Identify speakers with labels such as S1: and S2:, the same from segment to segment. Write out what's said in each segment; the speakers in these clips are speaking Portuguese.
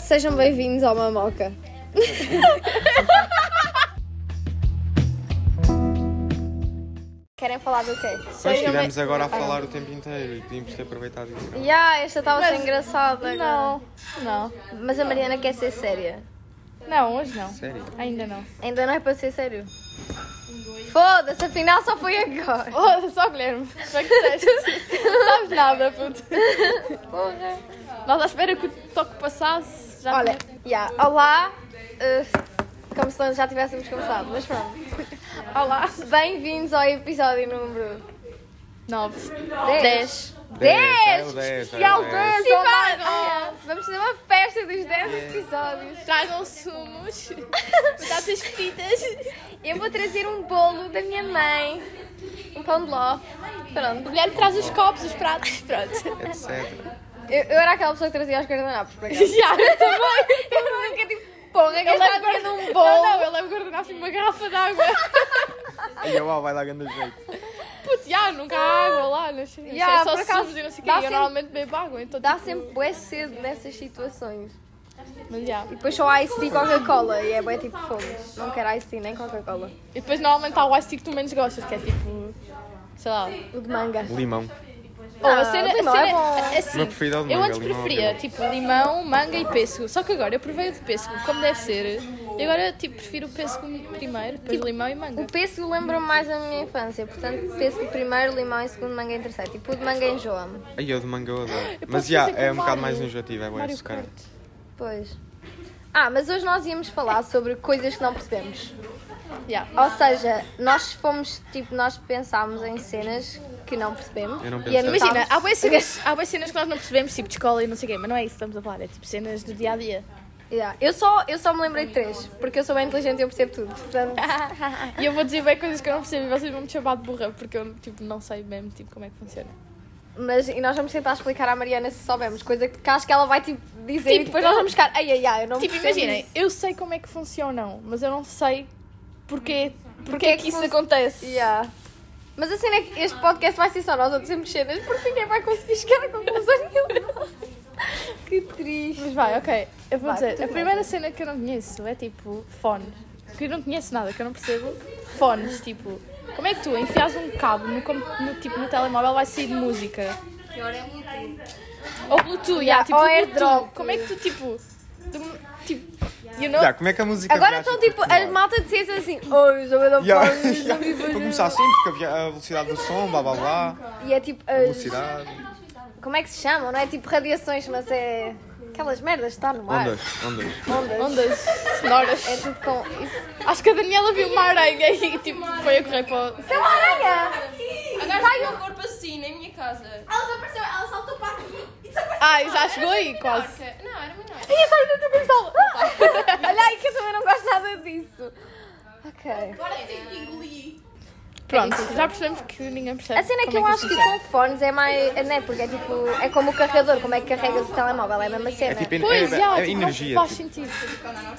S1: Sejam bem-vindos ao Mamoca. Querem falar do quê?
S2: Pois
S1: Sejam
S2: estivemos
S1: bem-
S2: agora a falar o tempo inteiro e podíamos ter aproveitado e gravar.
S3: Ya, esta estava a ser
S1: Mas-
S3: engraçada.
S1: Não,
S3: agora.
S1: não.
S3: Mas a Mariana quer ser séria.
S1: Não, hoje não.
S2: Sério?
S1: Ainda não.
S3: Ainda não é para ser sério. Foda-se, afinal só foi agora.
S1: Oh, só Guilherme. Como é que disseste? Não sabes nada, puto. Nós à espera que o toque passasse. Já
S3: Olha, ya, olá. uh, como se nós já tivéssemos começado, mas pronto. Olá. Bem-vindos ao episódio número
S1: 9.
S3: 10.
S2: Dez, é
S3: 10!
S2: o dez,
S3: Especial
S2: é o
S3: 10!
S2: dez.
S3: oh my God. Vamos fazer uma festa dos 10 episódios.
S1: Tragam sumos, batatas fritas.
S3: Eu vou trazer um bolo da minha mãe. Um pão de ló. Pronto.
S1: O Guilherme traz os copos, os pratos, pronto.
S2: Etc.
S3: Eu, eu era aquela pessoa que trazia os guardanapos para casa.
S1: Já, eu também.
S3: eu nunca tive porra
S1: Eu
S3: gastar
S1: levo
S3: dinheiro
S1: guarda-
S3: num
S1: Não,
S3: bolo.
S1: não, eu levo guardanapo e assim uma garrafa de água.
S2: E eu, ó, vai lá grande jeito.
S1: Putz, já, nunca há água lá, não sei.
S3: Já,
S1: Yeah, só
S3: por acaso,
S1: sumos e não sei o quê.
S3: dá assim-
S1: Eu
S3: sempre-
S1: normalmente bebo água, então
S3: Dá sempre bué cedo nessas situações.
S1: Mas já.
S3: E depois só há Ice Tea e Coca-Cola. E é bué tipo fome. Não quero Ice Tea nem Coca-Cola. Hum.
S1: E depois normalmente há o ice tea que tu menos gostas, que é tipo. Sei lá.
S3: O de manga.
S2: Limão.
S1: Ou a
S3: Ah,
S1: cena. A
S3: limão
S1: cena
S3: é bom.
S1: assim,
S2: Meu preferido é o de
S1: eu
S2: manga,
S1: antes
S2: limão é
S1: preferia
S2: bom.
S1: tipo limão, manga e pêssego. Só que agora eu provei o de pêssego, como deve ser. E agora tipo prefiro o pêssego primeiro, depois limão e manga.
S3: O pêssego lembra-me mais da minha infância. Portanto, pêssego primeiro, limão em segundo, manga em terceiro. Tipo, o de manga enjoa-me.
S2: Aí eu de manga eu adoro. Mas
S1: posso
S2: já,
S1: fazer
S2: é
S1: com
S2: um bocado
S1: Mario.
S2: mais enjoativo, é bom
S1: Mario
S2: açúcar.
S1: Kart.
S3: Pois. Ah, mas hoje nós íamos falar sobre coisas que não percebemos.
S1: Yeah.
S3: Ou seja, nós fomos, tipo, nós pensámos em cenas que não percebemos.
S2: Eu não
S3: E
S2: pensei.
S3: anotámos.
S1: Imagina, há boas, cenas, há bué cenas que nós não percebemos, tipo de escola e não sei o quê, mas não é isso que estamos a falar, é tipo cenas do dia a dia.
S3: Yeah. Eu, só, eu só me lembrei de três, porque eu sou bem inteligente e eu percebo tudo. Portanto,
S1: E eu vou dizer bem coisas que eu não percebo e vocês vão me chamar de burra, porque eu tipo, não sei mesmo tipo, como é que funciona.
S3: mas, e nós vamos tentar explicar à Mariana se soubermos, coisa que, que acho que ela vai tipo, dizer
S1: Tipo,
S3: e depois nós vamos ficar. Ai, ai, ai, eu não
S1: Tipo,
S3: percebo
S1: imaginem,
S3: isso."
S1: eu sei como é que funcionam, mas eu não sei porque, porque
S3: é
S1: é
S3: que
S1: que isso
S3: fun-
S1: acontece.
S3: Yeah. Mas a cena é que este podcast vai ser só nós outros sempre cenas, porque ninguém vai conseguir chegar a conclusão nenhuma. que triste.
S1: Mas vai, ok, eu vou
S3: Vai,
S1: dizer,
S3: tudo
S1: a
S3: bem.
S1: primeira cena que eu não conheço é tipo fones, que eu não conheço nada, que eu não percebo, fones, tipo, como é que tu enfias um cabo no, com- no, tipo, no telemóvel vai sair música? Ou Bluetooth,
S3: Yeah,
S1: yeah, tipo
S3: ou
S1: Bluetooth.
S3: airdrop.
S1: Como é que tu, tipo, tu- tipo, you know?
S2: Já, como é que a música
S3: Agora
S2: viaja
S3: estão
S2: por
S3: tipo
S2: Portugal?
S3: as malta de ciência assim, oi, sou eu da
S2: Já,
S3: Fone,
S2: já.
S3: sou eu da
S2: Para
S3: Fone."
S2: começar sempre, porque a via- a velocidade do som, blá blá blá,
S3: E é tipo
S2: a
S3: as.
S2: velocidade.
S3: Como é que se chamam? Não é tipo radiações, mas é. Aquelas merdas que está no ar.
S2: Ondas, ondas.
S3: Ondas.
S1: Ondas sonoras.
S3: É tipo com. Isso.
S1: Acho que a Daniela viu uma aranha e, tipo, foi a correr para o...
S3: É uma aranha!
S4: Agora vai um corpo assim na minha casa. Ela desapareceu, ela saltou para aqui e desapareceu.
S1: Ai, já chegou aí, quase.
S4: Não, era menor.
S3: E agora ainda também estava. Olha aí que eu também não gosto nada disso. Ok.
S4: Agora tenho que engolir.
S1: Pronto, já percebemos que ninguém percebe.
S3: A cena é que eu
S1: como
S3: acho
S1: isso
S3: que
S1: funciona.
S3: com fones é mais. Né? Porque é tipo. É como o carregador, como é que carregas o telemóvel, é a mesma cena.
S2: É tipo en-
S1: Pois,
S2: é-
S1: já,
S2: é
S1: tipo,
S2: energia.
S1: Não faz
S2: tipo.
S1: sentido.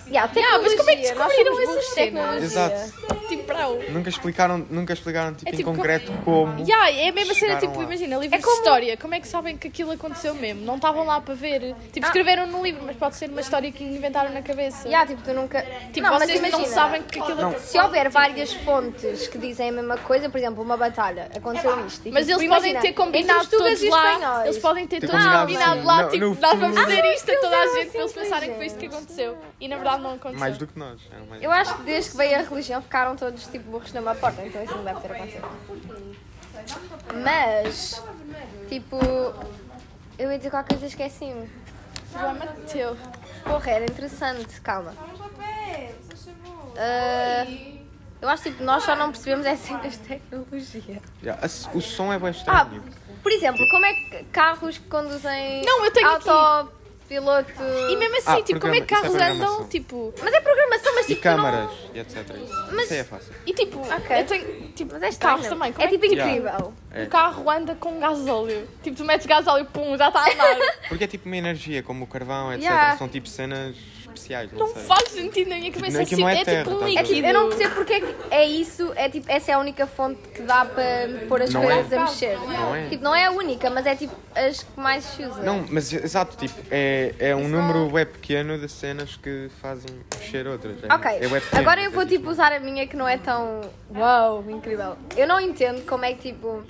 S3: Yeah,
S1: Yeah, mas como é que
S3: tecnologia, nós
S1: descobriram
S3: somos burros né?
S1: essas
S3: de
S1: cenas?
S3: tecnologia.
S2: Exato.
S1: Tipo, para o...
S2: Nunca explicaram, nunca explicaram tipo,
S1: É tipo
S2: em concreto como.
S1: Yeah, é a mesma cena,
S2: Chegaram
S1: tipo,
S2: lá.
S1: imagina, livros
S3: É como-
S1: de história. Como é que sabem que aquilo aconteceu mesmo? Não estavam lá para ver. Tipo, escreveram num livro, mas pode ser uma história que inventaram na cabeça.
S3: Ah. Yeah, tipo, tu nunca.
S1: Tipo,
S3: não, mas
S1: vocês não
S3: imagina.
S1: sabem que aquilo aconteceu.
S3: Se houver várias fontes que dizem a mesma coisa, por exemplo, uma batalha, aconteceu isto. e,
S1: Mas
S3: tipo,
S1: eles podem
S3: imagina,
S1: ter combinado
S3: entre os tugas
S1: todos
S3: e os
S1: lá.
S3: espanhóis. Ah,
S1: Eles podem ter
S2: Ter
S1: todos
S2: combinado
S1: combinado
S2: assim,
S1: lá.
S2: no-
S1: Tipo,
S2: no
S1: nós vamos
S2: fundo.
S1: fazer isto a toda a
S3: eram
S1: gente para eles
S3: assim
S1: pensarem que foi isto que aconteceu. E na verdade não aconteceu.
S2: Mais do que nós. É mais...
S3: Eu acho que desde que veio a religião ficaram todos tipo burros numa porta, então isso não deve ter acontecido. Mas, tipo, eu ia dizer qualquer coisa e esqueci-me.
S1: problema teu.
S3: Porra, era interessante, calma.
S4: Vamos lá, pé, vocês chamou.
S3: Ah, eu acho que tipo, nós só não percebemos é cenas de tecnologia.
S2: Já, a- O som é bem
S3: Ah,
S2: estranho.
S3: por exemplo, como é que carros que conduzem
S1: Não, eu tenho aqui.
S3: autopiloto.
S1: E mesmo assim,
S2: Ah,
S1: tipo, como é
S2: programa-
S1: que carros
S2: isso é
S1: andam?
S2: programação.
S1: Tipo.
S3: Mas é programação, mas
S2: E
S3: tipo. tu não-
S2: câmaras, e etc. Isso
S3: Mas-
S2: Isso aí é fácil.
S1: E tipo,
S3: Ok.
S1: eu tenho. Tipo,
S3: Mas é estranho.
S1: carros também. Como
S3: É tipo
S2: Yeah.
S3: incrível.
S2: É.
S1: O carro anda com gasóleo. Tipo, tu metes gasóleo, pum, já está a andar.
S2: Porque é tipo uma energia, como o carvão, etc.
S3: Yeah.
S2: São tipo cenas especiais, não,
S1: Não
S2: sei.
S1: faz sentido na minha cabeça.
S2: não é que não é
S1: assim,
S2: terra,
S1: tipo um
S2: estás a ver?
S1: líquido.
S3: Eu não percebo porque é que é isso, é tipo, essa é a única fonte que dá para pôr as
S2: Não
S3: coisas
S2: é.
S3: a mexer.
S2: Não é.
S3: Tipo, não é a única, mas é tipo as que mais se usa.
S2: Não, mas exato, tipo, é, é um número web pequeno de cenas que fazem mexer outras. É,
S3: Ok,
S2: é bué pequeno,
S3: agora eu vou
S2: é
S3: tipo usar a minha que não é tão. Uau, incrível. Eu não entendo como é que tipo.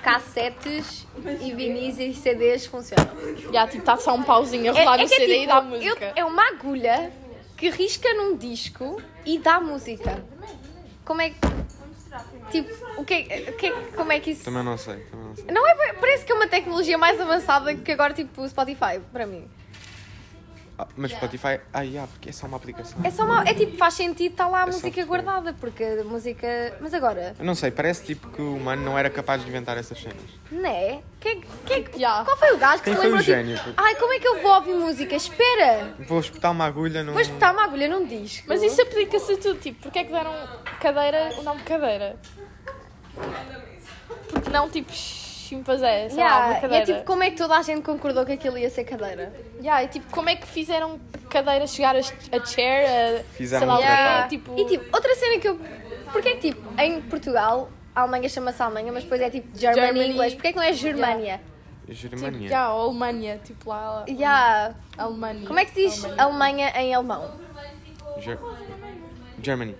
S3: cassetes e vinis e CDs funcionam. É,
S1: Já, tipo, está só um pauzinho a rolar no CD e dá música.
S3: eu- é uma agulha que risca num disco e dá música. Como é que. Tipo, o que, é- o que, é- como é que isso.
S2: Também não sei, também não sei.
S3: Não é, parece que é uma tecnologia mais avançada que agora, tipo, o Spotify, para mim.
S2: Ah, mas Spotify, ah, yeah, porque é só uma aplicação.
S3: É só uma, é tipo, faz sentido estar lá a
S2: É só
S3: música
S2: futebol.
S3: guardada, porque a música... Mas agora,
S2: Eu não sei, parece tipo que o humano não era capaz de inventar essas cenas.
S3: né? Que, que, que,
S1: Já.
S3: Qual foi o gajo que
S2: Quem
S3: se
S2: foi o
S3: lembrou,
S2: gênio?
S3: tipo, ai, como é que eu vou ouvir música? Espera,
S2: Vou espetar uma agulha num.
S3: vou espetar uma agulha num disco.
S1: Mas isso aplica-se a tudo, tipo, porque é que deram cadeira o nome cadeira? Porque não, tipo, chimpanzé, sei lá, uma
S3: Yeah, e
S1: cadeira.
S3: é tipo, como é que toda a gente concordou que aquilo ia ser cadeira?
S1: Yeah, e tipo, como é que fizeram cadeira chegar a, a chair, a,
S2: Fizeram
S1: sei lá,
S2: um
S1: yeah.
S2: tratado.
S1: tipo...
S3: E tipo, outra cena que eu... Porque é que tipo, em Portugal, a Alemanha chama-se Alemanha, mas depois é tipo German,
S1: Germany.
S3: English. Porquê é que não é Germânia?
S1: Tipo,
S2: Germania.
S1: yeah, ou Alemanha, tipo lá,
S3: Yeah.
S1: Alemanha.
S3: Como é que se diz Alemanha em alemão?
S2: Ger- Germany.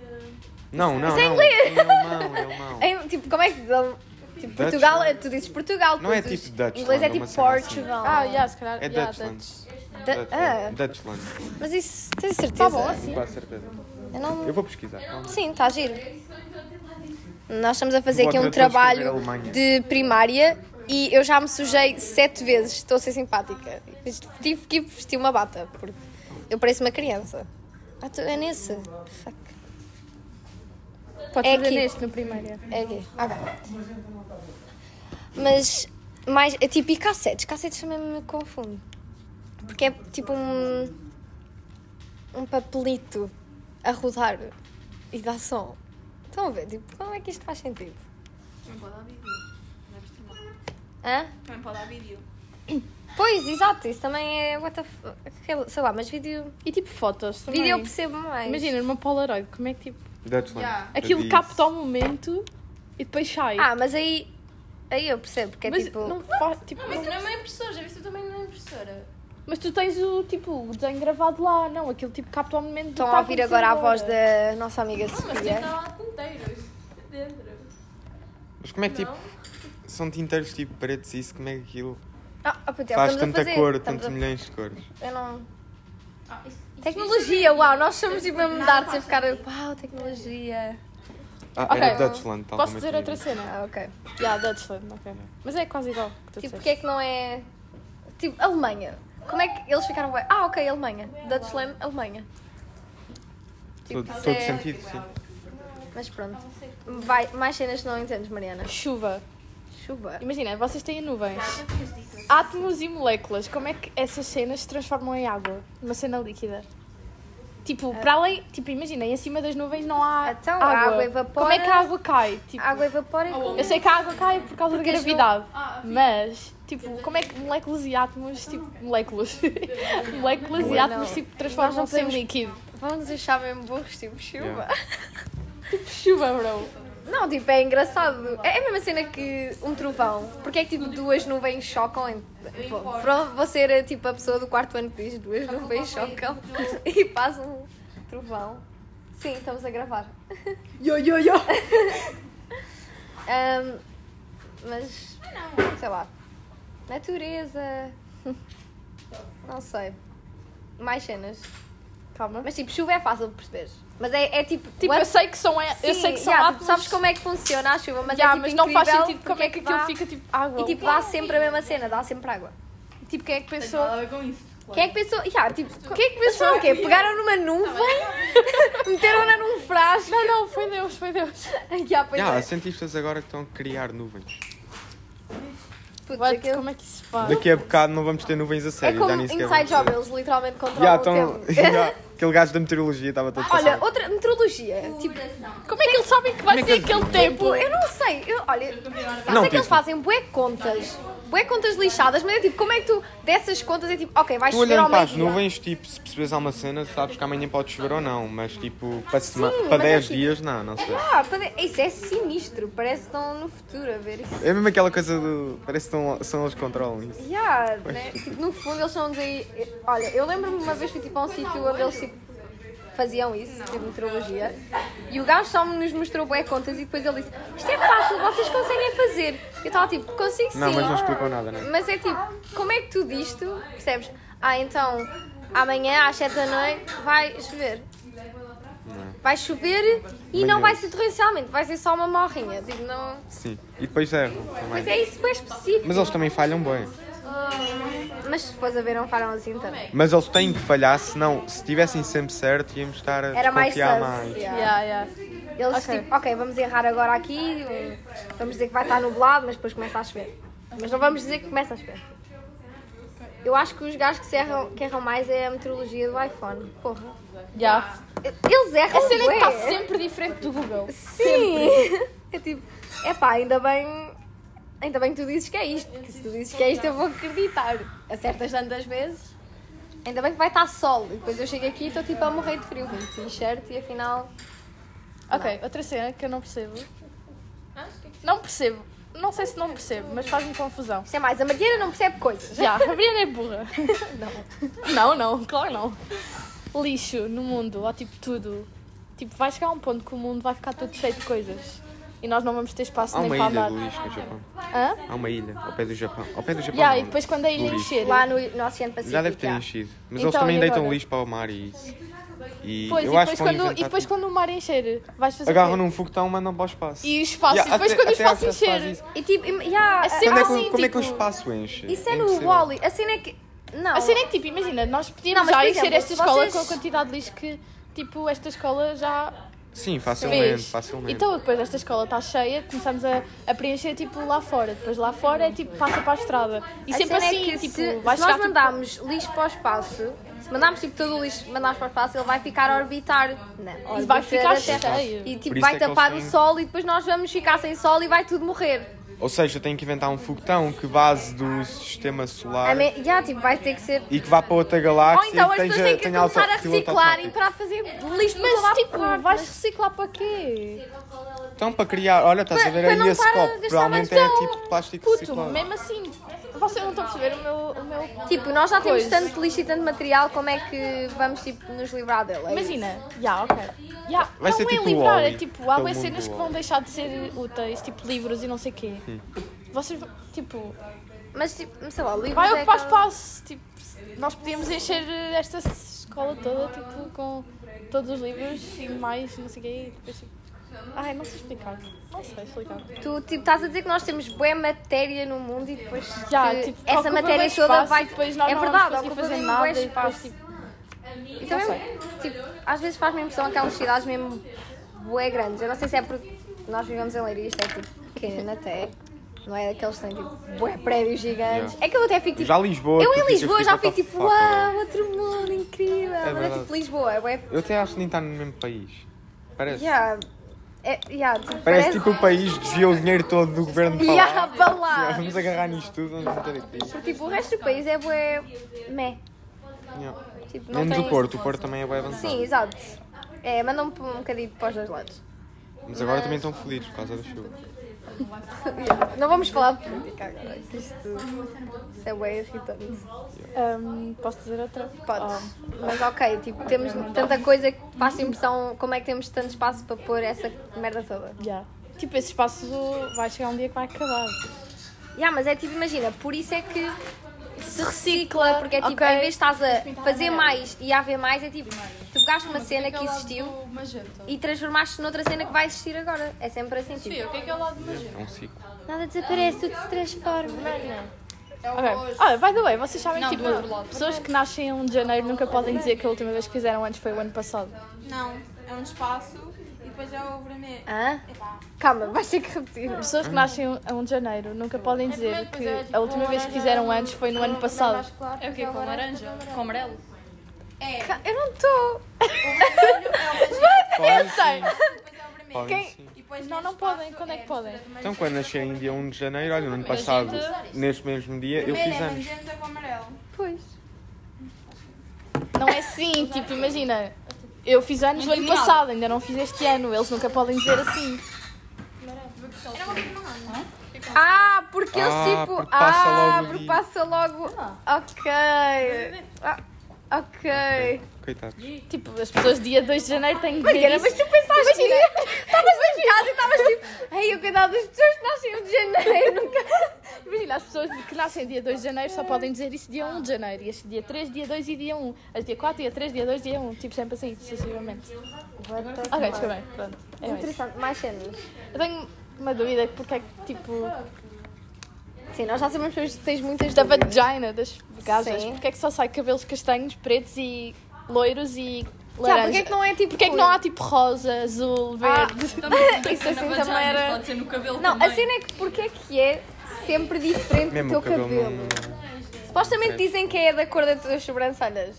S2: Não, não,
S3: Isso Tipo, é
S2: não.
S3: inglês.
S2: É alemão, é alemão.
S3: Em- tipo, como é que se diz? alem- Tipo,
S2: Dutch,
S3: Portugal,
S2: não é?
S3: tu dizes Portugal,
S2: Não é
S3: tu dizes-
S2: tipo Dutchland,
S3: Inglês é
S2: uma
S3: tipo
S2: cena assim.
S3: Portugal.
S1: Ah, yeah, se calhar,
S2: É
S1: yeah,
S2: Dutchland.
S3: Da- ah,
S2: Dutchland.
S3: mas isso, tens certeza?
S1: Tá bom assim.
S2: Quase certeza.
S3: Eu não-
S2: Eu vou pesquisar. calma.
S3: Sim, está giro. Nós estamos a fazer
S2: Vou
S3: aqui um
S2: tentar escrever
S3: trabalho
S2: Alemanha.
S3: de primária e eu já me sujei sete vezes, estou a ser simpática. Tive que ir vestir uma bata, porque eu pareço uma criança. Ah, tu- é nesse? Fuck.
S1: Pode
S3: É
S1: fazer
S3: aqui.
S1: neste no primeiro.
S3: É aqui, ok. Mas, mais, é tipo, e cassetes? Cassetes também me confundo. Porque é tipo um. um papelito a rodar e dá som. Estão a ver? Tipo, como é que isto faz sentido?
S4: Também pode dar vídeo. Deves tomar.
S3: Hã?
S4: Também pode dar vídeo.
S3: Pois, exato, isso também é. What the fuck, aquele- sei lá, mas vídeo.
S1: E tipo, fotos também.
S3: Vídeo eu percebo mais.
S1: Imagina, numa Polaroid, como é que tipo...
S2: Dutchland.
S4: Yeah.
S2: Eu
S1: Aquilo
S2: disse.
S1: capta o momento e depois sai.
S3: Ah, mas aí. aí eu percebo, porque é
S1: mas
S3: tipo.
S1: não faz, tipo,
S4: Não,
S1: não-
S4: mas isso não é uma impressora. Já viste o tamanho da é impressora?
S1: Mas tu tens o tipo o desenho gravado lá, não? Aquilo tipo capta o momento do que
S3: Estão
S1: tá
S3: a ouvir agora a voz
S1: acontecer
S3: da nossa amiga
S4: Não, mas então tá. tem
S3: Sofia.
S4: que estar lá tinteiros. Dentro.
S2: Mas como é que tipo.
S4: Não?
S2: São tinteiros tipo pretos e isso, como é que aquilo
S3: Ah, oh, puto, é o que
S2: faz
S3: estamos a
S2: tanta
S3: fazer.
S2: cor,
S3: Estamos
S2: tantos
S3: a-
S2: milhões de cores?
S3: Eu não.
S4: Ah, isso- isso-
S3: Tecnologia, uau, nós somos tipo a mudar,
S4: faz
S3: a ficar. Uau, tecnologia.
S2: Ah,
S1: Ok.
S2: era Dutchland, tal
S1: Posso
S2: como eu
S1: dizer
S2: tinha
S1: outra
S2: dito.
S1: cena?
S3: Ah, ok.
S1: Já, Dutchland, ok. Mas é quase igual. que tu
S3: Tipo,
S1: disseste.
S3: porque é que não é. Tipo, Alemanha. Como é que eles ficaram. bué- Ah, ok, Alemanha. Dutchland, Alemanha. Tipo,
S2: Todo,
S3: isso
S2: todo
S3: é-
S2: sentido, sim.
S3: Mas pronto. Vai, mais cenas que não entendes, Mariana.
S1: Chuva.
S3: Chuva.
S1: Imagina, vocês têm nuvens. Átomos e moléculas, como é que essas cenas se transformam em água? Uma cena líquida. Tipo, para além, tipo, imagina, em cima das nuvens não há
S3: Ah. Então, a
S1: água.
S3: água evapora.
S1: Como é que a água cai? Tipo,
S3: A água evapora e. como-
S1: Eu sei que a água cai por causa
S3: Porque
S1: da
S3: as nu-
S1: gravidade,
S4: Ah,
S1: mas, tipo, como é que moléculas e átomos, tipo, moléculas, moléculas e átomos, tipo, transformam-se em líquido?
S3: Vamos achar mesmo burros, tipo, chuva. Tipo
S2: Yeah.
S1: Chuva, bro.
S3: Não, tipo, é engraçado. É a mesma cena que um trovão. Porque é que tipo duas nuvens chocam? Em... Bom, Para você era tipo a pessoa do quarto ano que diz duas nuvens chocam e faz um trovão. Sim, estamos a gravar.
S1: Yo, yo, yo.
S3: Ahm, mas. Não. Sei lá. Natureza. Não sei. Mais cenas.
S1: Calma.
S3: Mas tipo, chuva é fácil de perceber. Mas é, é tipo.
S1: Tipo,
S3: what-
S1: eu sei que são, é- eu
S3: Sim,
S1: sei que são
S3: yeah, tipo,
S1: átomos,
S3: sabes como é que funciona a chuva, mas
S1: yeah,
S3: é tipo
S1: mas não faz
S3: incrível
S1: sentido
S3: porque
S1: como é que aquilo
S3: dá-
S1: fica, tipo, água.
S3: E tipo, dá sempre a mesma cena, dá sempre água.
S1: tipo, quem é que pensou?
S4: Nada a ver com isso.
S3: Quem é que pensou? Yeah, tipo, quem é que pensou o quê? Pegaram numa nuvem, meteram-na num frasco.
S1: Não, não, foi Deus, foi Deus.
S3: yeah, pois
S2: Yeah,
S3: é.
S2: há cientistas agora que estão a criar nuvens.
S3: Puta,
S1: What?
S3: aquilo-
S1: Como é que isso faz?
S2: Daqui a bocado não vamos ter nuvens a
S3: Ah. É
S2: sério, já
S3: como
S2: nem sequer
S3: Inside
S2: vamos
S3: Job, eles literalmente
S2: ter. Yeah,
S3: controlam o
S2: estão-
S3: tempo.
S2: Yeah, Aquele gajo da meteorologia estava todo
S3: Olha,
S2: passado.
S3: outra meteorologia. Tipo,
S4: Coração.
S1: Como é que eles sabem que vai
S2: Como é
S1: ser
S2: que
S1: aquele tempo?
S3: tipo, eu não sei. Eu, olha, eu sei
S2: Não,
S3: que eles
S2: tipo-
S3: fazem bué contas. Bué contas lixadas, mas é tipo, como é que tu dessas contas é tipo, ok, vai
S2: Tu
S3: chover ao
S2: olhando para as
S3: meio-dia.
S2: nuvens, tipo, se percebes alguma cena, sabes que amanhã pode chover ou não, mas tipo, para, sema-
S3: Sim,
S2: para
S3: mas é
S2: 10
S1: assim.
S3: tipo-
S2: dias, não, não sei.
S3: Ah, pode- isso é sinistro. Parece que estão no futuro a ver isso.
S2: É mesmo aquela coisa do. Parece que estão, são eles que controlam isso.
S3: Yeah, né? Tipo, no fundo eles são de. Olha, eu lembro-me uma vez que tipo, a um sítio onde eles tipo, faziam isso, tipo meteorologia, e o gajo só nos mostrou bué contas e depois ele disse: Isto é fácil, vocês conseguem fazer. Eu estava tipo, consigo sim.
S2: Não, mas não explicou nada, né?
S3: Mas é tipo, como é que tu disto, percebes? Ah, então, amanhã às 7 da noite vai chover. Vai chover e não vai ser torrencialmente, vai ser só uma morrinha. Tipo, não.
S2: Sim. E depois erram
S3: Mas
S2: também.
S3: é isso, é específico.
S2: Mas eles também falham bem.
S3: Mas se fores a ver, não falam assim tanto.
S2: Mas eles têm que falhar, senão, se tivessem sempre certo, íamos estar a
S3: Era mais
S2: desconfiar
S3: sus.
S2: mais.
S3: yeah.
S1: Yeah, yeah.
S3: Eles
S1: Ok.
S3: tipo, ok, vamos errar agora aqui, um, vamos dizer que vai estar nublado, mas depois começa a chover. Mas não vamos dizer que começa a chover. Eu acho que os gajos que, se erram, que erram mais é a meteorologia do iPhone. Porra.
S1: yeah.
S3: Eles erram
S1: A cena é que
S3: bué.
S1: está sempre diferente do Google.
S3: Sim. É tipo, é pá, ainda bem... Ainda bem que tu dizes que é isto, porque se tu dizes que é isto eu vou acreditar. Acertas tantas vezes. Ainda bem que vai estar sol. E depois eu chego aqui e estou tipo a morrer de frio, com t-shirt e afinal...
S1: Ok, outra cena que eu não percebo. Não percebo. Não sei se não percebo, mas faz-me confusão.
S3: Isto é mais, a Mariana não percebe coisas.
S1: Já, a Briana é burra. Não. Não, não, claro não. Lixo no mundo, ou tipo tudo. Tipo, vai chegar a um ponto que o mundo vai ficar todo cheio de coisas. E nós não vamos ter espaço
S2: Há
S1: nem
S2: uma
S1: para
S2: ilha
S1: andar.
S2: do lixo no Japão.
S1: Hã?
S2: Há uma ilha, ao pé do Japão. Ao pé do Japão.
S1: Já, e
S2: não.
S1: depois quando a ilha
S2: Do lixo.
S1: encher.
S3: Lá no, no Oceano Pacífico.
S2: Já deve ter
S3: já.
S2: enchido. Mas
S1: Então,
S2: eles também
S1: e
S2: deitam
S1: agora?
S2: lixo para o mar e isso. E
S1: Pois,
S2: eu
S1: e,
S2: acho
S1: depois
S2: que vão
S1: quando, e
S2: inventar
S1: depois
S2: tudo.
S1: quando o mar encher, vais fazer. o quê?
S2: Agarram num foguetão e mandam para o espaço.
S1: E o espaço,
S2: Yeah,
S1: e depois
S2: até-
S1: quando o
S2: até
S1: espaço
S2: a França faz
S1: encher.
S2: isso.
S3: E tipo, im- já,
S1: É sempre
S2: Quando é que, o-
S1: assim,
S2: como é que o
S1: tipo,
S2: espaço enche?
S3: isso é
S2: É
S3: no
S2: impossível.
S3: Wally. A cena é que. Não.
S1: A cena é que, tipo, imagina, nós podíamos
S3: Não, mas,
S1: já
S3: por
S1: encher
S3: exemplo,
S1: esta
S3: se
S1: escola
S3: vocês-
S1: com a quantidade de lixo que, tipo, esta escola já
S2: Sim, facilmente,
S1: fez.
S2: facilmente.
S1: Então, depois esta escola está cheia, começamos a, a preencher, tipo, lá fora. Depois lá fora é, tipo, passa para a estrada. E
S3: a
S1: sempre
S3: cena é
S1: assim,
S3: que
S1: tipo,
S3: se,
S1: vai
S3: se nós
S1: chegar, tipo,
S3: mandarmos lixo para o espaço, se mandarmos tipo todo o lixo mandarmos para o espaço, ele vai ficar a orbitar. Não,
S1: E vai ficar cheio.
S3: E
S2: Por
S3: tipo,
S2: isso
S3: vai
S2: é que
S3: tapar
S2: eles têm-
S3: o sol e depois nós vamos ficar sem sol e vai tudo morrer.
S2: Ou seja, tem que inventar um foguetão que base do sistema
S3: A
S2: solar
S3: me... Já, tipo, vai ter que ser.
S2: e que vá para outra
S3: Ou
S2: galáxia
S3: então
S2: e
S3: as
S2: que
S3: pessoas
S2: tenha,
S3: têm que
S2: tenha
S3: começar a
S2: auto- piloto
S3: reciclar então- e
S2: automático.
S3: parar de fazer lixo no
S1: mas,
S3: lado
S1: tipo,
S3: fora.
S1: vais reciclar para quê?
S2: Então, para criar, olha, estás a
S3: Para-
S2: ver
S3: para
S2: aí
S3: não
S2: esse
S3: parar de
S2: copo.
S3: gastar
S2: Provavelmente
S3: mais
S2: é
S3: pão.
S2: tipo plástico
S1: Puto,
S2: reciclado.
S1: mesmo assim, vocês não estão a perceber o meu... O meu...
S3: Tipo, nós já temos
S1: Coisa.
S3: tanto lixo e tanto material, como é que vamos tipo, nos livrar dela? É isso.
S1: Imagina, já, ok. Já,
S2: Vai
S1: não
S2: ser
S1: é
S2: tipo o
S1: livrar,
S2: Wall-E,
S1: é tipo, há
S2: aquele
S1: bué
S2: mundo
S1: cenas
S2: do
S1: que vão
S2: Wall-E.
S1: deixar de ser úteis, tipo livros e não sei quê.
S2: Hum.
S1: Vocês, vão- tipo,
S3: Mas tipo, sei lá, livros
S1: vai
S3: é
S1: ocupar
S3: que-
S1: espaço. Tipo, nós podíamos encher eh, esta escola toda, tipo, com todos os livros e mais, não sei o quê. e depois, tipo, Ai, não sei explicar. Não sei explicar.
S3: Tu tipo, estás a dizer que nós temos boa matéria no mundo e depois
S1: Já,
S3: que
S1: tipo,
S3: essa
S1: ocupa
S3: matéria
S1: bué
S3: toda
S1: espaço
S3: vai.
S1: e Depois nós
S3: é
S1: não
S3: verdade,
S1: vamos conseguir
S3: ocupa
S1: fazer
S3: mesmo
S1: nada.
S3: bué
S1: e depois,
S3: espaço.
S1: tipo,
S3: E também, tipo, às vezes faz-me a impressão aquelas cidades é um mesmo bué grandes. Eu não sei se é porque nós vivemos em Leiria, isto é tipo pequenino até. Não é daqueles que têm tipo bué prédios gigantes.
S2: Yeah.
S3: É que eu até fico tipo.
S2: Já Lisboa,
S3: Eu
S2: tu
S3: em
S2: ficas
S3: Lisboa já
S2: tipo,
S3: fico
S2: what the
S3: tipo,
S2: fuck,
S3: uau, outro mundo incrível. Agora
S2: verdade.
S3: tipo Lisboa, é bué.
S2: Eu até acho que nem está no mesmo país. Parece.
S3: Yeah. É, yeah, tipo,
S2: Parece tipo o país desviou o dinheiro todo do governo para
S3: Yeah,
S2: lá.
S3: para lá.
S2: Vamos agarrar nisto tudo, vamos meter aqui.
S3: Tipo, o resto do país é bué. meh.
S2: Yeah.
S3: Tipo, não
S2: Menos
S3: tem...
S2: o Porto, o Porto também é bem avançado.
S3: Sim, exato. É, mandam um bocadinho para os dois lados.
S2: Mas agora também estão fodidos por causa da chuva.
S3: Não vamos falar de política agora. que Isto, isto é bem irritante.
S1: hum, posso dizer outra?
S3: Podes.
S1: Oh.
S3: Mas ok, tipo, temos tanta coisa que faz impressão como é que temos tanto espaço para pôr essa merda toda.
S1: Já. Tipo, esse espaço vai chegar um dia que vai acabar.
S3: Ya, mas é tipo, imagina, por isso é que se recicla, porque é tipo,
S1: ok.
S3: em vez de estás a fazer mais e a haver mais, é tipo, tu pegaste uma cena que existiu
S4: O Magento.
S3: e transformaste noutra cena que vai existir agora. É sempre assim, tipo,
S4: Fio, o que é que é o lado do
S2: É
S4: Magento?
S2: um ciclo.
S3: nada desaparece, tudo se transforma.
S4: É o
S1: Ok.
S4: rosto.
S1: Ah, by the way, vocês sabem
S4: Não,
S1: tipo,
S4: do outro lado.
S1: pessoas que nascem em 1 de janeiro nunca podem dizer que a última vez que fizeram antes foi o ano passado.
S4: Não, é um espaço e depois é o vermelho.
S3: Hã?
S4: Epá.
S3: Calma, vais ter que repetir.
S1: Pessoas que nascem a 1 de janeiro nunca podem dizer que a última vez que fizeram antes foi no ano passado.
S4: É o quê? Com laranja? Com amarelo? é.
S3: Ca- Eu não estou.
S4: O vermelho é uma girafa,
S2: Podem
S1: sei.
S2: sim, podem
S4: depois é o vermelho.
S1: Quem-
S2: sim.
S4: E depois
S1: Não,
S4: neste
S1: não podem.
S4: espaço
S1: Quando é que
S4: a
S1: podem?
S4: mistura de uma
S2: Então, quando
S4: magenta
S2: nasci em
S4: com
S2: dia 1 de janeiro, olha, no ano
S4: Mas a
S2: passado,
S4: gente-
S2: neste mesmo dia, eu
S4: vermelho.
S2: fiz
S4: é
S2: anos.
S4: magenta com amarelo.
S3: Pois.
S1: Não é assim, tipo, imagina. Eu fiz anos no ano passado, ainda não fiz este ano. Eles nunca podem dizer assim.
S4: Era uma coisa que não anda.
S3: Ah, porque eles
S2: Ah,
S3: tipo.
S2: porque passa
S3: ah,
S2: logo
S3: porque
S2: e-
S3: passa logo. Ok. Ah, ok.
S2: Coitado.
S1: Tipo, as pessoas dia 2 de janeiro têm que dizer
S3: Mariana,
S1: isso.
S3: mas tu pensaste que estavas em casa e estavas tipo, ai, eu cuidado das pessoas que nascem em de janeiro, nunca.
S1: Imagina, as pessoas que nascem dia 2 de janeiro só podem dizer isso dia 1 de janeiro. E este dia 3, dia 2 e dia 1. As dia 4, dia 3, dia 2, dia 1. Tipo, sempre assim, sucessivamente. Ok, desculpa bem, pronto. É isso.
S3: Interessante, mais cenas.
S1: Eu tenho uma dúvida, porque é que, tipo,
S3: Sim, nós já sabemos que tens muitas
S1: da
S3: dúvidas.
S1: vagina das gajas,
S3: Sim.
S1: porque é que só sai cabelos castanhos, pretos e loiros e
S3: Já,
S1: laranja?
S3: porque é que não é tipo.
S1: Porquê é que não há, tipo, rosa, azul,
S3: Ah,
S1: verde?
S3: isso assim
S5: Na vagina,
S3: também
S5: mas
S3: era.
S5: Pode ser no cabelo
S3: Não,
S5: também.
S3: a cena é que porque é que é sempre diferente
S2: Mesmo
S3: do teu
S2: o cabelo.
S3: cabelo?
S2: não-
S3: Supostamente
S2: É.
S3: dizem que é da cor das tuas sobrancelhas.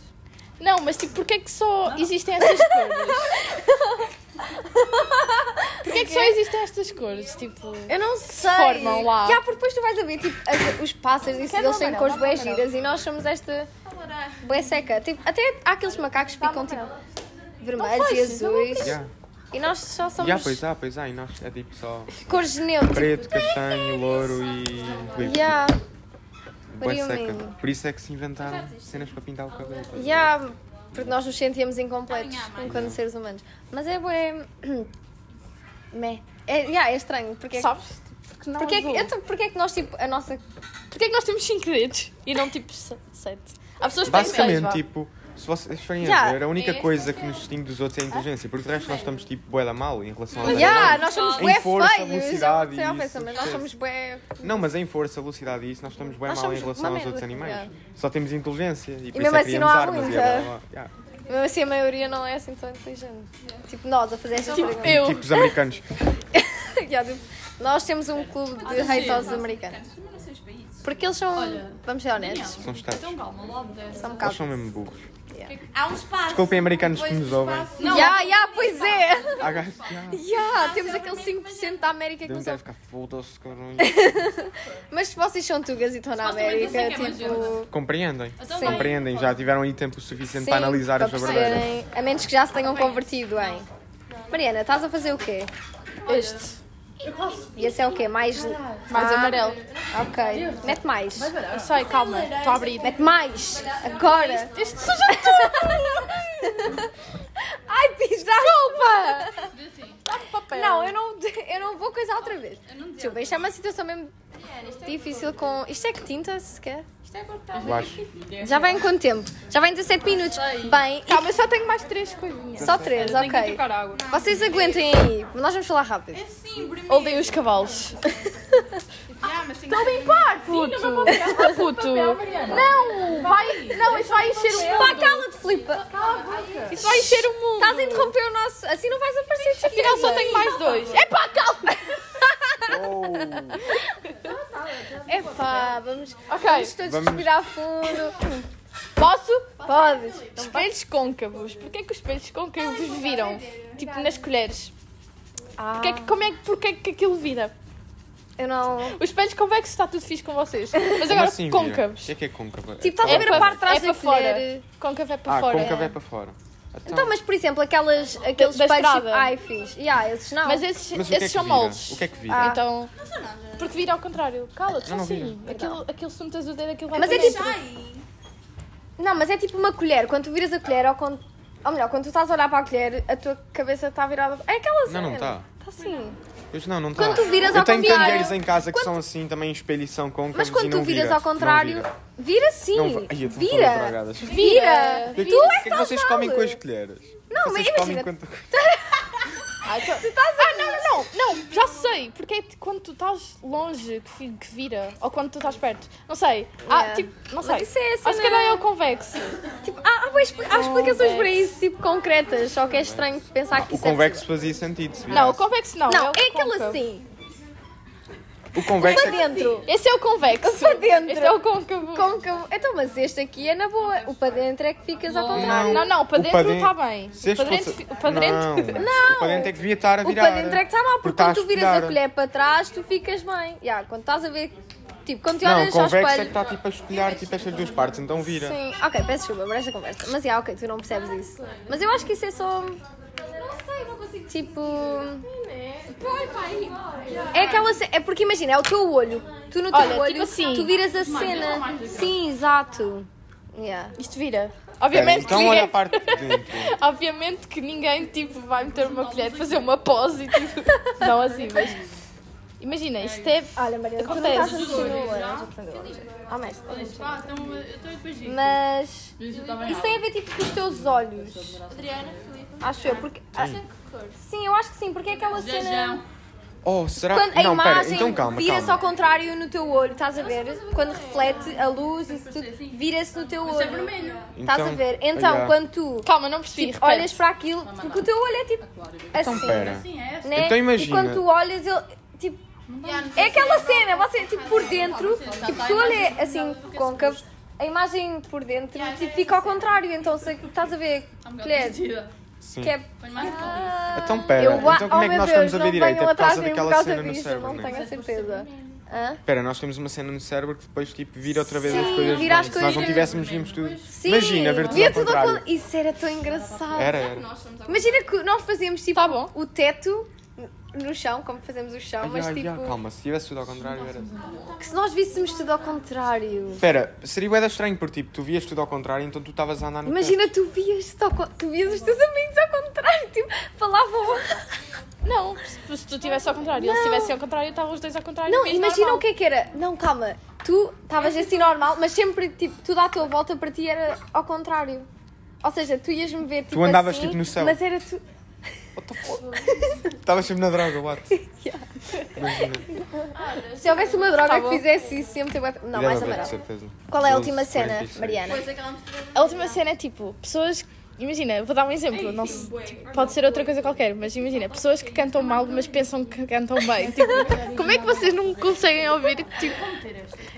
S1: Não, mas tipo, porquê é que só existem essas cores? Porquê é que só existem estas cores? Tipo,
S3: Eu não sei.
S1: formam lá.
S3: Já, porque depois tu vais a ver, tipo, as- os pássaros, isso,
S1: Quero
S3: eles têm
S1: amarelo,
S3: cores bué
S1: amarelo.
S3: giras e nós somos esta bué seca. Tipo, até há aqueles macacos que ficam, tipo, vermelhos e azuis.
S2: Yeah.
S3: E nós só somos
S2: Yeah, pois há, pois há. E nós é tipo só
S3: cores neutras.
S2: preto, castanho, louro e ruivo.
S3: Yeah, what
S2: Bué
S3: do you
S2: seca.
S3: mean?
S2: Por isso é que se inventaram cenas para pintar o cabelo. estás a ver?
S3: yeah, porque nós nos sentíamos incompletos enquanto seres humanos. Mas é bué... Meh. É, yeah, é estranho, porque é que...
S1: sabes? Porque não
S3: Porque é, que,
S1: azul.
S3: eu tô- porque é que nós, tipo, a nossa...
S1: Porquê é que nós temos 5 dedos e não tipo 7? Há pessoas que têm 6,
S2: Basicamente, tipo, se vocês forem
S3: Yeah,
S2: a ver, a única
S4: é
S2: coisa que nos distingue dos outros é a inteligência, porque de resto nós estamos tipo bué da mal em relação aos
S3: Yeah,
S2: animais.
S3: nós somos
S2: é Em
S3: bué
S2: força,
S3: feios.
S2: velocidade
S3: Sem
S2: e
S3: ofensa, mas nós
S2: sucesso.
S3: somos bué...
S2: Não, mas em força, velocidade e isso, nós estamos bem
S3: Nós
S2: mal em
S3: somos
S2: relação
S3: uma
S2: aos
S3: merda,
S2: outros animais.
S3: yeah.
S2: Só temos inteligência e, por
S3: mesmo
S2: isso é
S3: assim
S2: que criamos
S3: não há
S2: armas.
S3: muita.
S2: e blá, blá, blá. Yeah.
S3: Mesmo assim, a maioria não é assim tão inteligente. Tipo, nós a fazer estas perguntas.
S1: Eu.
S2: Tipo os americanos.
S3: Já, tipo, nós temos um clube de hate aos americanos.
S5: Mas não sei os países.
S3: Porque eles são. vamos ser honestos.
S2: São estados.
S5: Então calma, logo dessa.
S3: São um
S2: Eles
S3: bocado.
S2: são mesmo burros.
S4: Há um espaço.
S2: Desculpem, americanos que
S4: Depois
S2: nos
S4: do
S2: ouvem.
S4: espaço-
S3: Já, já, pois é! Já,
S2: Há gajos que ah,
S3: temos aquele 5% da América que nos
S2: Deus
S3: Então
S2: deve
S3: ouve.
S2: ficar foda-se, caralho.
S3: Mas se vocês são tugas e estão na
S5: Supostamente eu sei
S3: América,
S5: que é
S3: tipo.
S2: Compreendem?
S5: Então
S3: Sim.
S2: Compreendem, já tiveram aí tempo suficiente
S3: Sim,
S2: para analisar
S3: para
S2: as verdadeiras.
S3: perceberem. A menos que já se tenham convertido em. Mariana, estás a fazer o quê?
S2: tipo-
S1: Este,
S3: E esse é o quê? Mais.
S1: mais
S3: Ah,
S1: amarelo.
S3: Ok. Mete mais.
S1: Eu sei, calma, estou a abrir.
S3: Mete mais! Agora!
S1: Este sujeito
S3: Ai, pisa a roupa!
S1: está no papel.
S3: Não, eu não, eu não vou coisar outra vez.
S5: não dizia.
S3: Desculpa, isto é uma situação mesmo difícil com. Isto é que tinta, se quer?
S4: é
S2: Eu acho.
S3: Já vai em quanto tempo? Já vai em 17 minutos. Bem, e-
S1: Calma, eu só tenho mais 3 coisinhas.
S3: só 3, ok.
S1: água.
S3: Vocês aguentem aí, nós vamos falar rápido.
S4: É sim, vermelho.
S1: Odeio os cavalos.
S4: Ah, mas tem que ser-
S1: Puto. Puto. Não, vai. Não, isso vai encher o
S3: Pá,
S1: mundo.
S3: cala-te, Filipe!
S1: Isso vai encher o mundo.
S3: Estás a interromper o nosso. Assim não vais aparecer de certeza.
S1: Afinal, só tenho mais dois. É pá, calma.
S2: Oh.
S3: Epá, vamos,
S1: Ok,
S3: vamos todos
S2: Vamos.
S3: respirar fundo.
S1: posso?
S3: Então Podes.
S1: Espelhos côncavos. Porquê que os espelhos côncavos viram? Tipo, nas colheres.
S3: Ah,
S1: Porquê que, como é, que- porquê que aquilo vira?
S3: eu não.
S1: Os espelhos convexos está tudo fixe com vocês. Mas
S2: Como
S1: agora
S2: assim, viram? O
S1: côncavos.
S2: que é que é côncavo?
S3: Tipo, estás a ver a
S1: para-
S3: parte de trás
S1: é
S3: da
S1: para fora.
S3: colher.
S1: Côncavo é para
S2: Ah,
S1: fora.
S2: côncavo é para fora.
S3: Então, mas por exemplo, aquelas, aqueles
S1: da
S3: peixes tipo
S1: estrada.
S3: ai fixe. Yeah, esses não.
S1: Mas esses,
S2: Mas o que é
S1: esses
S2: que
S1: são
S2: vira?
S1: moldes.
S2: O que é que vira?
S3: Ah.
S1: Então, porque vira ao contrário. Cala-te,
S2: Não,
S1: só
S2: não
S1: assim.
S2: vira.
S1: Aquilo, aquilo se metes o dedo, aquilo vai
S3: Mas
S1: para
S3: é
S1: dentro.
S3: tipo- Não, mas é tipo uma colher. Quando tu viras a colher, ou, quando... ou melhor, quando tu estás a olhar para a colher, a tua cabeça está virada. É aquela cena. Tá assim.
S2: Não, tá. não está.
S3: Está sim.
S2: Pois não, não está.
S3: Quando tu viras
S2: Eu
S3: ao
S2: tenho
S3: contrário-
S2: candeeiros em casa que
S3: Quando-
S2: são assim, também espelhição côncavos
S3: Mas
S2: e
S3: quando
S2: não
S3: tu viras
S2: vira.
S3: ao contrário,
S2: Não
S3: vira.
S2: vira.
S3: sim.
S2: Não vi- Ai, eu tô toda
S3: vira.
S2: drogada. O que
S3: tipo, Vira.
S2: é que-
S3: Tu
S2: o
S3: é
S2: que
S3: que
S2: é que
S3: estás
S2: vocês
S3: mal.
S2: comem com as colheres?
S3: Não, mas
S2: vocês
S3: imagina.
S2: comem quando...
S1: Ah, então- Ah, não, não, não, não, já sei, porque é t- quando tu estás longe que, fi- que vira, ou quando tu estás perto, não sei, ah,
S3: Yeah.
S1: tipo, não
S3: Mas
S1: sei,
S3: isso é a
S1: ou se
S3: cena-
S1: calhar é o convexo,
S3: Tipo, há, há, boas expli- há explicações para isso, tipo concretas. Só que é estranho pensar que
S2: Ah, O
S3: isso é
S2: convexo
S3: possível. é
S2: fazia sentido. se
S1: não, é o
S2: virasse.
S1: convexo não,
S3: Não,
S1: é, o
S3: é aquele
S1: côncavo.
S3: assim.
S2: O convexo
S3: Para
S2: é que-
S3: dentro.
S1: Esse é o convexo.
S3: Para dentro.
S1: Este é o côncavo.
S3: Côncavo. Então, mas este aqui é na boa. O para dentro é que ficas ao contrário.
S1: Não, não, o para
S2: O
S1: dentro
S2: dentro-
S1: está bem.
S2: Se
S1: O
S2: este
S1: para dentro.
S2: fosse-
S1: fi- O para dentro.
S2: Não. O para dentro é que devia estar a
S3: O
S2: virar.
S3: para dentro é que está mal, porque
S2: está
S3: quando tu viras
S2: tá estudar.
S3: a colher para trás, tu ficas bem. Ya, quando estás a ver, tipo, quando te
S2: Não, o
S3: olhas ao
S2: convexo é que
S3: espelho.
S2: está tipo a espelhar tipo estas duas partes, então vira.
S3: Sim, ok, peço desculpa por esta conversa. Mas yeah, ok, tu não percebes isso. Mas eu acho que isso é só
S4: Não sei, não consigo
S3: tipo.
S4: dizer, né? Põe, pai.
S3: É aquela ce- É porque imagina, é o teu olho. Tu no teu
S1: Olha, tipo
S3: olho
S1: assim.
S3: tu viras a cena. Sim, exato. Yeah.
S1: Isto vira.
S2: Espera,
S1: Obviamente que
S2: então olha a
S1: ninguém.
S2: parte de dentro.
S1: Obviamente que ninguém tipo, vai meter uma colher de fazer uma pose e tipo. Não assim, mas. Imagina, isto é.
S3: Olha, Maria,
S1: tu não estás a
S4: assistir o olho, já
S3: Mas,
S5: então eu estou depois disso.
S3: mas
S5: Isso eu tava
S3: isso
S5: errado.
S3: tem a ver tipo com os teus olhos,
S4: é Adriana, Filipe.
S3: acho eu, porque
S4: Tem que cor?
S3: sim, eu acho que sim, porque é aquela
S5: Já,
S3: cena
S5: já.
S2: Oh, será
S3: quando
S2: que.
S3: a
S2: Não, pera,
S3: imagem
S2: então calma,
S3: vira-se ao
S2: calma.
S3: contrário no teu olho, estás a ver? Quando reflete a luz, isso tudo vira-se no teu olho.
S5: É vermelho.
S3: Estás a
S2: Então,
S3: ver? Então,
S2: yeah.
S3: quando tu
S1: Calma, não percebi.
S3: tipo,
S1: repete.
S3: olhas para aquilo, porque o teu olho é tipo assim,
S2: Então, pera.
S5: Sim, é essa.
S3: né?
S2: Então
S3: E
S2: imagina.
S3: quando tu olhas, ele tipo é aquela cena, você tipo por dentro, tipo, se o olho é assim côncavo, a imagem por dentro tipo, fica ao contrário, então se estás a ver colher,
S2: Sim.
S3: que é.
S5: Põe mais um pouco.
S3: Ah,
S2: Então pera,
S3: eu-
S2: então como
S3: oh,
S2: é que
S3: meu
S2: nós estamos a
S3: Deus,
S2: ver
S3: não
S2: direito? É
S3: venham
S2: por causa
S3: atrás de mim
S2: daquela cena no
S3: disto,
S2: cérebro,
S3: Não
S2: né?
S3: tenho a certeza. Hã?
S2: Espera, nós temos uma cena no cérebro que depois tipo, vira outra vez as
S3: Sim,
S2: coisas.
S3: vira as
S2: bem. Se nós não
S3: coisas-
S2: tivéssemos, vimos tudo.
S3: Sim,
S2: Imagina, ver tudo
S3: via
S2: ao
S3: tudo ao
S2: contrário.
S3: con- Isso era tão engraçado.
S2: Era, era.
S3: Imagina que nós fazíamos tipo
S1: Tá bom.
S3: o teto no chão, como fazemos o chão,
S2: Ai,
S3: mas
S2: ai, ai,
S3: tipo,
S2: calma, se tivesse tudo ao contrário era.
S3: que se nós víssemos tudo ao contrário.
S2: Espera, seria bué da estranho porque tipo, tu vias tudo ao contrário, então tu estavas a andar no
S3: Imagina tu vias, tudo ao con- tu vias os teus amigos ao contrário, tipo, falavam.
S1: Não, se, se tu estivesse ao contrário. Eles estivessem ao contrário, estavam os dois ao contrário.
S3: Não, imagina o que é que era. Não, calma, tu estavas assim normal, mas sempre tipo, tudo à tua volta para ti era ao contrário. Ou seja, tu ias-me ver tipo.
S2: andavas,
S3: assim,
S2: tipo, no céu.
S3: Mas era tu.
S2: Estavas sempre na droga, what? Imagina.
S3: Se houvesse uma droga
S1: Tá
S3: que
S1: bom.
S3: fizesse isso, sempre. Não,
S2: Deve
S3: mais
S2: haver, de
S3: amarelo.
S2: certeza.
S3: Qual é a
S2: Doze,
S3: última cena,
S2: 46.
S3: Mariana?
S4: Pois aquela mistura.
S1: A última cena é tipo, pessoas. Imagina, vou dar um exemplo. Não se- pode ser outra coisa qualquer, mas imagina, pessoas que cantam mal, mas pensam que cantam bem. Tipo, como é que vocês não conseguem ouvir? Tipo,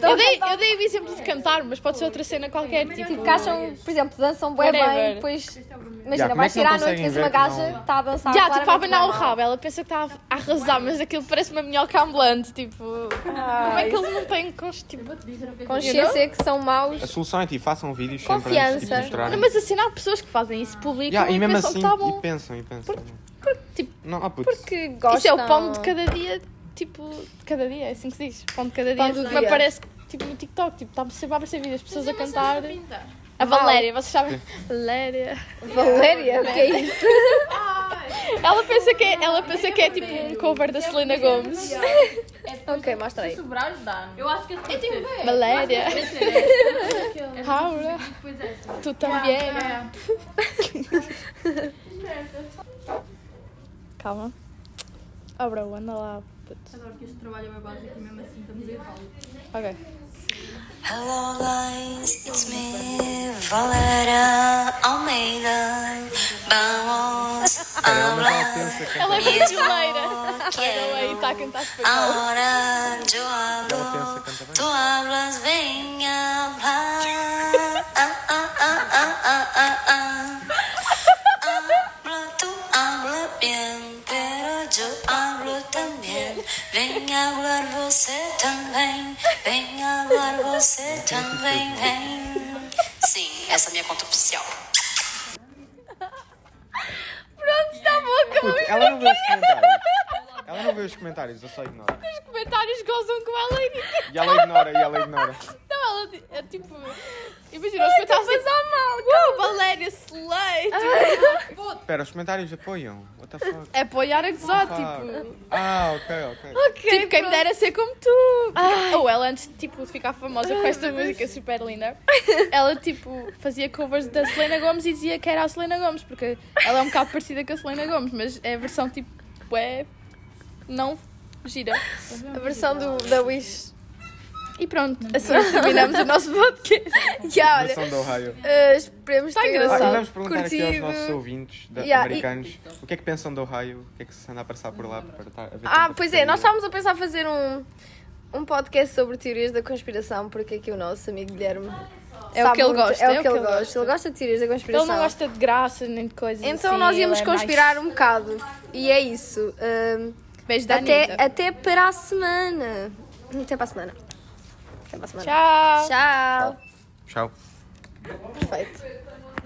S1: eu dei, eu dei o exemplo de cantar, mas pode ser outra cena qualquer. Tipo,
S3: Que acham, por exemplo, dançam bué bem,
S1: Whatever.
S3: depois. Imagina,
S2: Yeah, como é
S3: vais
S2: que não
S3: tirar à noite,
S2: conseguem
S3: vês uma
S2: ver que não-
S3: gaja, está a dançar.
S1: Já, tipo, a
S3: um claramente
S1: abanar o
S3: bem mal.
S1: rabo. Ela pensa que está a arrasar, mas aquilo parece uma minhoca ambulante. Tipo, como é que eles não têm cons- tipo,
S3: Consciência é que são maus.
S2: A solução é tipo, façam vídeos sempre antes de
S3: Confiança.
S2: tipo, mostrarem.
S1: Não, mas assim, há pessoas que fazem isso, publicam
S2: Yeah,
S1: e,
S2: e mesmo
S1: pensam
S2: assim,
S1: que
S3: tá
S1: está bom.
S2: e pensam, e pensam.
S1: tipo,
S2: não, ah, putz.
S3: Porque gostam.
S1: Isso é o pão de cada dia, tipo, de cada dia, é assim que se diz. Pão de cada dia.
S3: Pão do
S1: Mas
S3: dia.
S1: parece que, tipo, no TikTok, tipo, está sempre a aparecer vídeos,
S4: é
S1: pessoas a cantar.
S4: pintar.
S1: A Valéria, vocês sabem? Valéria.
S3: Valéria, o que é isso?
S1: Ela pensa que é, ela pensa que é tipo um cover da Selena Gomes.
S3: ok, mostra aí.
S5: Sobrar dá.
S4: Eu acho que eu tenho um que ver.
S1: Valéria. Laura. Tu também. Calma. Oh, bro, anda lá. puto.
S5: Agora que este trabalho é bem básico, mesmo assim estamos errados.
S1: Ok.
S6: Hello guys, it's me, Valera Almeida. Vamos
S2: Espera, ela já pensa que
S1: Ela é brasileira. Ela aí
S6: que
S1: está a cantar espanhol.
S6: ahora yo hablo, tú hablas, ven a hablar. Ah, ah, ah, ah, ah, ah, ah. Habla, tú hablas bien, pero yo hablo también. Ven a hablar vos también, ven a hablar vos también. ven. Sim, essa é a minha conta oficial.
S2: Puta, ela não vê os comentários. Ela não vê os comentários, eu só ignoro.
S1: Os comentários gozam com ela e
S2: E ela ignora, e ela ignora.
S1: Não, ela di- é tipo. Imagina, os comentários. Mas ao mal, uau, Valéria Slay!
S2: Espera, os comentários apoiam. What the fuck?
S1: É apoiar a gozar,
S2: Fuck.
S1: tipo.
S2: Ah, ok, ok.
S1: tipo, quem me dera ser como tu! Ou ela, antes tipo, de ficar famosa com esta música super linda, ela tipo fazia covers da Selena Gomes e dizia que era a Selena Gomes, porque ela é um bocado parecida com a Selena Gomes, mas é a versão tipo. é. não gira.
S3: A versão do, da Wish.
S1: E pronto, assim terminamos o nosso podcast.
S3: Yeah, olha,
S2: Versão do Ohio.
S3: eh, esperemos
S1: Está
S3: ter
S2: Ah, e
S1: Tá engraçado.
S2: vamos perguntar aqui
S3: curtido.
S2: aos nossos ouvintes da-
S3: Yeah, e-
S2: americanos o que é que pensam do Ohio, o que é que se anda a passar por lá para estar a ver
S3: Ah,
S2: tanta
S3: pois é, nós
S2: porcaria.
S3: estávamos a pensar fazer um, um podcast sobre teorias da conspiração, porque aqui o nosso amigo Guilherme.
S1: É o
S3: sabe
S1: que ele
S3: muito-
S1: gosta,
S3: É o que ele gosta. Ele gosta de teorias da
S1: Ele
S3: conspiração.
S1: não gosta de graça nem de coisas
S3: Então
S1: assim,
S3: nós
S1: ele
S3: íamos
S1: é mais-
S3: conspirar um bocado. E é isso. Ahm,
S1: Beijo da
S3: até,
S1: Anitta.
S3: até para a semana. Até para a semana. Até para a semana.
S1: Tchau.
S3: Tchau.
S2: Tchau.
S3: Perfeito.